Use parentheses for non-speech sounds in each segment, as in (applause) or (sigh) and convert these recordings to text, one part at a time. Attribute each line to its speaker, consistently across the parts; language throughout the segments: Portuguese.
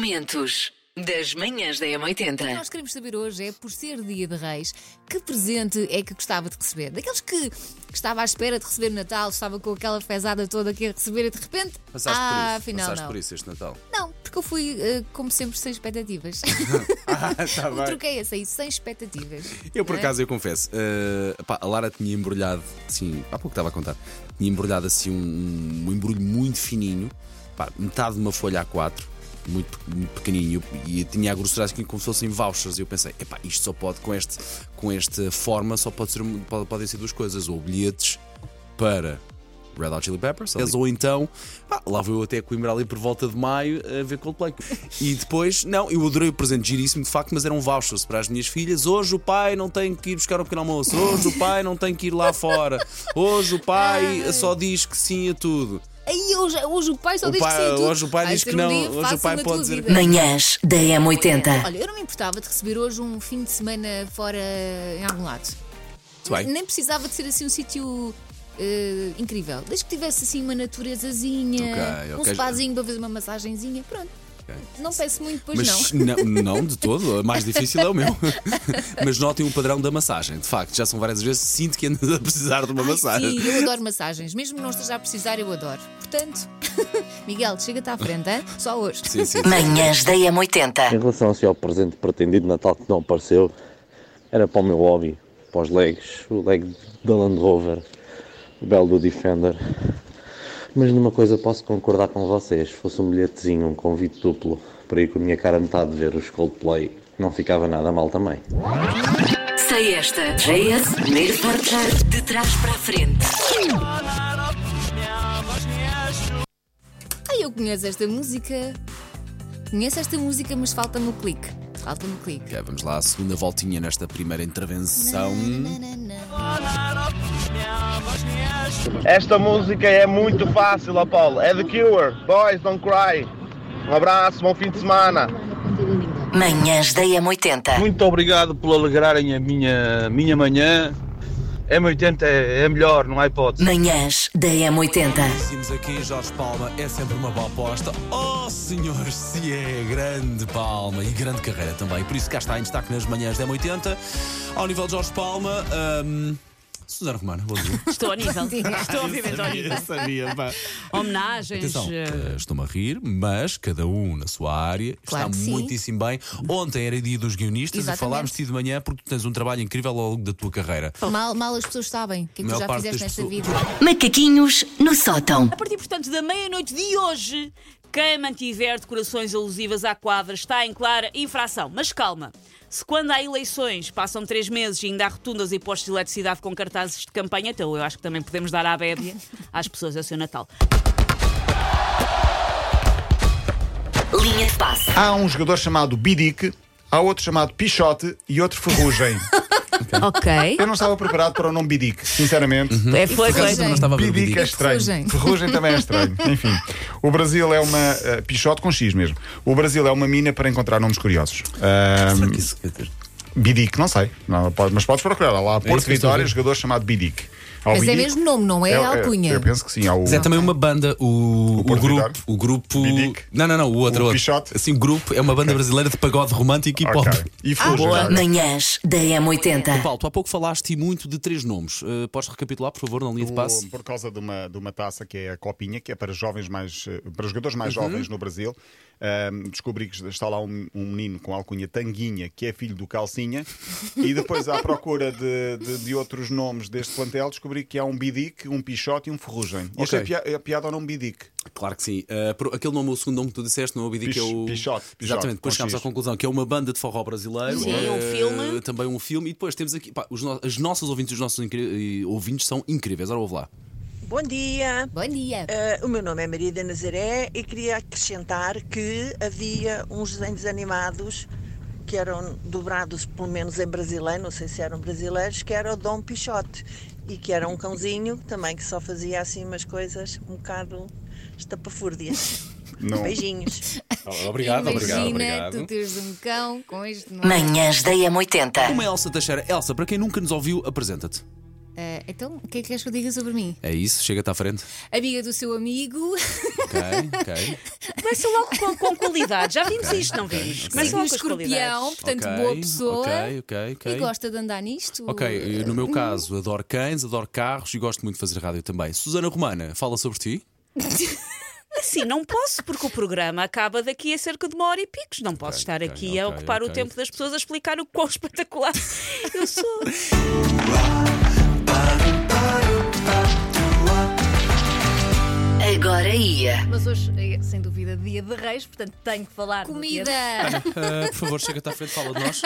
Speaker 1: Momentos das manhãs da
Speaker 2: O que
Speaker 1: M80.
Speaker 2: nós queremos saber hoje é, por ser dia de reis, que presente é que gostava de receber? Daqueles que estava à espera de receber no Natal, estava com aquela fezada toda que ia receber e de repente.
Speaker 3: Passaste
Speaker 2: ah,
Speaker 3: por isso,
Speaker 2: afinal
Speaker 3: passaste
Speaker 2: não.
Speaker 3: por isso
Speaker 2: (laughs)
Speaker 3: este Natal.
Speaker 2: Não, porque eu fui, eh, como sempre, sem
Speaker 3: (laughs)
Speaker 2: expectativas. (laughs)
Speaker 3: Tá
Speaker 2: o truque é esse aí, sem expectativas.
Speaker 3: Eu por
Speaker 2: não é?
Speaker 3: acaso eu confesso, eh, pá, a Lara tinha embrulhado, assim, há pouco estava a contar, tinha embrulhado assim um, um embrulho muito fininho, pá, metade de uma folha A4, muito, pe- muito pequenininho, e eu tinha a grossura assim como se fossem vouchers. E eu pensei, epá, isto só pode, com, este, com esta forma, só pode ser, um- pode- podem ser duas coisas, ou bilhetes para. Red Hot Chili Peppers, ali. ou então pá, lá vou eu até a Coimbra ali por volta de maio a ver Coldplay. E depois, não, eu adorei o presente giríssimo de facto, mas era um voucher para as minhas filhas. Hoje o pai não tem que ir buscar o pequeno almoço, hoje o pai não tem que ir lá fora, hoje o pai só diz que sim a tudo.
Speaker 2: Aí hoje, hoje o pai só
Speaker 3: O
Speaker 2: diz que
Speaker 3: pai-
Speaker 2: sim. a tudo.
Speaker 3: hoje o pai
Speaker 2: Vai
Speaker 3: diz
Speaker 2: ser
Speaker 3: que
Speaker 2: um
Speaker 3: não,
Speaker 2: dia
Speaker 3: hoje o
Speaker 2: fácil
Speaker 3: pai
Speaker 2: na
Speaker 3: pode
Speaker 2: tua
Speaker 3: dizer
Speaker 2: vida.
Speaker 3: que
Speaker 1: Manhãs da M80.
Speaker 2: Olha, eu não me importava de receber hoje um fim de semana fora em algum lado.
Speaker 3: Muito bem.
Speaker 2: Nem precisava de ser assim um sítio eh, incrível. Desde que tivesse assim uma naturezazinha,
Speaker 3: Ok,
Speaker 2: um
Speaker 3: ok.
Speaker 2: spazinho para fazer uma massagenzinha, pronto. Não peço muito, pois não.
Speaker 3: Mas não. não, de todo, o mais difícil é
Speaker 2: (laughs)
Speaker 3: o meu. Mas notem o padrão da massagem, de facto, já são várias vezes que sinto que andas a precisar de (laughs) uma
Speaker 2: Ai,
Speaker 3: massagem.
Speaker 2: Sim, eu adoro massagens. Mesmo não esteja a precisar, eu adoro. Portanto, (laughs) Miguel, chega-te à frente, hein? só hoje.
Speaker 3: Sim, sim.
Speaker 1: Manhãs da
Speaker 4: Em
Speaker 1: M80.
Speaker 4: relação assim, ao presente pretendido de Natal que não apareceu, era para o meu hobby, para os legs, o leg da Land Rover, o belo do Defender. Mas numa coisa posso concordar com vocês, se fosse um bilhetezinho, um convite duplo, para ir com a minha cara a metade ver os Coldplay, não ficava nada mal também.
Speaker 1: Sei esta. JS, primeiro portar de trás para a frente.
Speaker 2: Ai, eu conheço esta música. Conheço esta música, mas falta-me o clique. Falta-me o clique.
Speaker 3: Ok, vamos lá, a segunda voltinha nesta primeira intervenção.
Speaker 2: Na, na, na, na.
Speaker 5: Esta música é muito fácil, ó Paulo. É The Cure, Boys Don't Cry. Um abraço, bom fim de semana.
Speaker 1: Manhãs da M80.
Speaker 6: Muito obrigado por alegrarem a minha, minha manhã. M80 é, é melhor, não há hipótese.
Speaker 1: Manhãs da M80.
Speaker 3: Temos aqui Jorge Palma, é sempre uma boa aposta. Oh, senhor, se é grande Palma e grande carreira também. Por isso cá está em destaque nas manhãs da M80. Ao nível de Jorge Palma, hum, Susana Romana, bom dia.
Speaker 7: Estou ao nível. Estou obviamente ao nível.
Speaker 3: sabia, pá.
Speaker 7: Homenagens.
Speaker 3: Atenção,
Speaker 7: eh,
Speaker 3: eh, estou-me a rir, mas cada um na sua área
Speaker 2: Claro que
Speaker 3: está
Speaker 2: sim.
Speaker 3: muitíssimo bem. Ontem era dia dos guionistas
Speaker 2: Exatamente.
Speaker 3: e falámos de ti de manhã porque tu tens um trabalho incrível ao longo da tua carreira.
Speaker 2: Mal, mal as pessoas sabem o que é que tu
Speaker 3: Maior
Speaker 2: já
Speaker 3: parte
Speaker 2: fizeste
Speaker 3: das
Speaker 2: nesta vida.
Speaker 3: pessoas-
Speaker 1: Macaquinhos no sótão.
Speaker 7: A partir, portanto, da meia-noite de hoje, quem mantiver decorações alusivas à quadra está em clara infração. Mas calma, se quando há eleições passam três meses e ainda há rotundas e postos de eletricidade com cartazes de campanha, então eu acho que também podemos dar à bébia às pessoas ao
Speaker 3: (laughs)
Speaker 7: seu Natal.
Speaker 1: Linha de passe.
Speaker 8: Há um jogador chamado Bidic, há outro chamado Pichote e outro Ferrugem.
Speaker 2: Ok.
Speaker 8: Eu não estava preparado para o nome Bidic, sinceramente.
Speaker 7: É, foi,
Speaker 2: Por
Speaker 7: foi.
Speaker 2: acaso,
Speaker 3: Não Uhum. estava a ver o
Speaker 8: Bidic é
Speaker 3: vídeo.
Speaker 8: estranho.
Speaker 2: Ferrugem.
Speaker 8: Ferrugem. também
Speaker 2: (laughs)
Speaker 8: é estranho. Enfim, o Brasil é uma. eh, pichote com X mesmo. O Brasil é uma mina para encontrar nomes curiosos. Ahm,
Speaker 3: Será que isso quer dizer?
Speaker 8: Bidic, não sei. Não, pode- mas podes procurar. Há lá,
Speaker 3: É
Speaker 8: Porto
Speaker 3: que eu estou a
Speaker 8: Vitória,
Speaker 3: ver.
Speaker 8: jogador chamado Bidic. Há o
Speaker 2: Mas é
Speaker 8: Bidic,
Speaker 2: mesmo nome, não é, alcunha?
Speaker 8: Eu penso que sim. Há o,
Speaker 3: Mas é também uma banda, o, o,
Speaker 8: Porto
Speaker 3: grupo.
Speaker 8: Vitória?
Speaker 3: O grupo.
Speaker 8: Bidic?
Speaker 3: Não, não, não, o outro.
Speaker 8: O
Speaker 3: outro.
Speaker 8: Pichote?
Speaker 3: Assim, o grupo é uma banda brasileira de pagode romântico e
Speaker 8: Ok.
Speaker 3: pop.
Speaker 8: E
Speaker 2: Ah,
Speaker 8: Ferrugem. já agora.
Speaker 1: Manhãs da M80.
Speaker 3: Paulo, tu há pouco falaste muito de três nomes. Eh, podes recapitular, por favor, na linha de passe?
Speaker 8: O- por causa de uma, de uma taça que é a Copinha, que é para jovens mais eh, para jogadores mais
Speaker 3: Uhum.
Speaker 8: jovens no Brasil. Ahm, descobri que está lá um, um menino com a alcunha Tanguinha, que é filho do Calcinha, e depois à procura de, de- de outros nomes deste plantel, descobri que há um Bidic, um Pichote e um Ferrugem.
Speaker 3: Ok.
Speaker 8: Isso é piada ao nome Bidic.
Speaker 3: Claro que sim. Eh, pro- aquele nome, o segundo nome que tu disseste, não é o Bidic,
Speaker 8: Pich-
Speaker 3: é o.
Speaker 8: Pichote, Pichote,
Speaker 3: Exatamente, depois
Speaker 8: com
Speaker 3: chegámos à
Speaker 8: X.
Speaker 3: conclusão que é uma banda de forró brasileiro.
Speaker 7: Sim,
Speaker 3: Eh,
Speaker 7: um filme.
Speaker 3: Também um filme. E depois temos aqui. Pá, os no- as nossas ouvintes e os nossos incri- eh, ouvintes são incríveis. Ora, ouve lá.
Speaker 9: Bom dia,
Speaker 2: Bom dia.
Speaker 9: Eh, o meu nome é Maria da Nazaré e queria acrescentar que havia uns desenhos animados que eram dobrados, pelo menos em brasileiro, não sei se eram brasileiros, que era o Dom Pichote e que era um cãozinho também que só fazia assim umas coisas um bocado estapafúrdias.
Speaker 8: Não.
Speaker 9: Beijinhos.
Speaker 2: Imagina
Speaker 3: Obrigado, obrigado,
Speaker 2: tu
Speaker 3: obrigado.
Speaker 2: teres um cão com este nome.
Speaker 1: Manhãs da M80.
Speaker 3: é Uma Elsa Teixeira. Elsa, para quem nunca nos ouviu, apresenta-te.
Speaker 2: Ah, então, o que é que queres que eu diga sobre mim?
Speaker 3: É isso? Chega-te à frente.
Speaker 2: Amiga do seu amigo,
Speaker 3: Ok, ok.
Speaker 7: Começa logo
Speaker 2: (laughs)
Speaker 7: com, com qualidade. Já vimos isto, não vimos? Começa
Speaker 2: signo
Speaker 7: logo com as qualidades.
Speaker 2: escorpião, (laughs) portanto,
Speaker 3: ok,
Speaker 2: boa pessoa.
Speaker 3: Ok, ok, ok.
Speaker 2: E Hum. gosta de andar nisto?
Speaker 3: Ok, eu, no meu caso, adoro cães, adoro carros e gosto muito de fazer rádio também. Susana Romana, fala sobre ti.
Speaker 7: Assim, não posso, porque o programa acaba daqui a cerca de uma hora e picos. Não posso estar
Speaker 3: ok,
Speaker 7: aqui
Speaker 3: ok,
Speaker 7: a ocupar o
Speaker 3: ok.
Speaker 7: tempo das pessoas a explicar o quão (laughs) espetacular eu sou.
Speaker 1: Agora ia.
Speaker 10: Mas hoje é, sem dúvida, dia de reis, portanto tenho que falar. do dia de-
Speaker 2: Comida!
Speaker 3: (laughs) Ah, por favor, chega-te à frente, fala
Speaker 2: (laughs)
Speaker 3: de nós.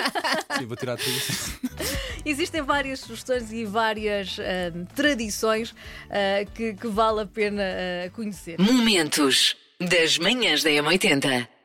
Speaker 3: Sim, vou tirar tudo.
Speaker 10: Existem várias sugestões e várias ahm, tradições ah, que, que vale a pena ah, conhecer.
Speaker 1: Momentos das manhãs da M80.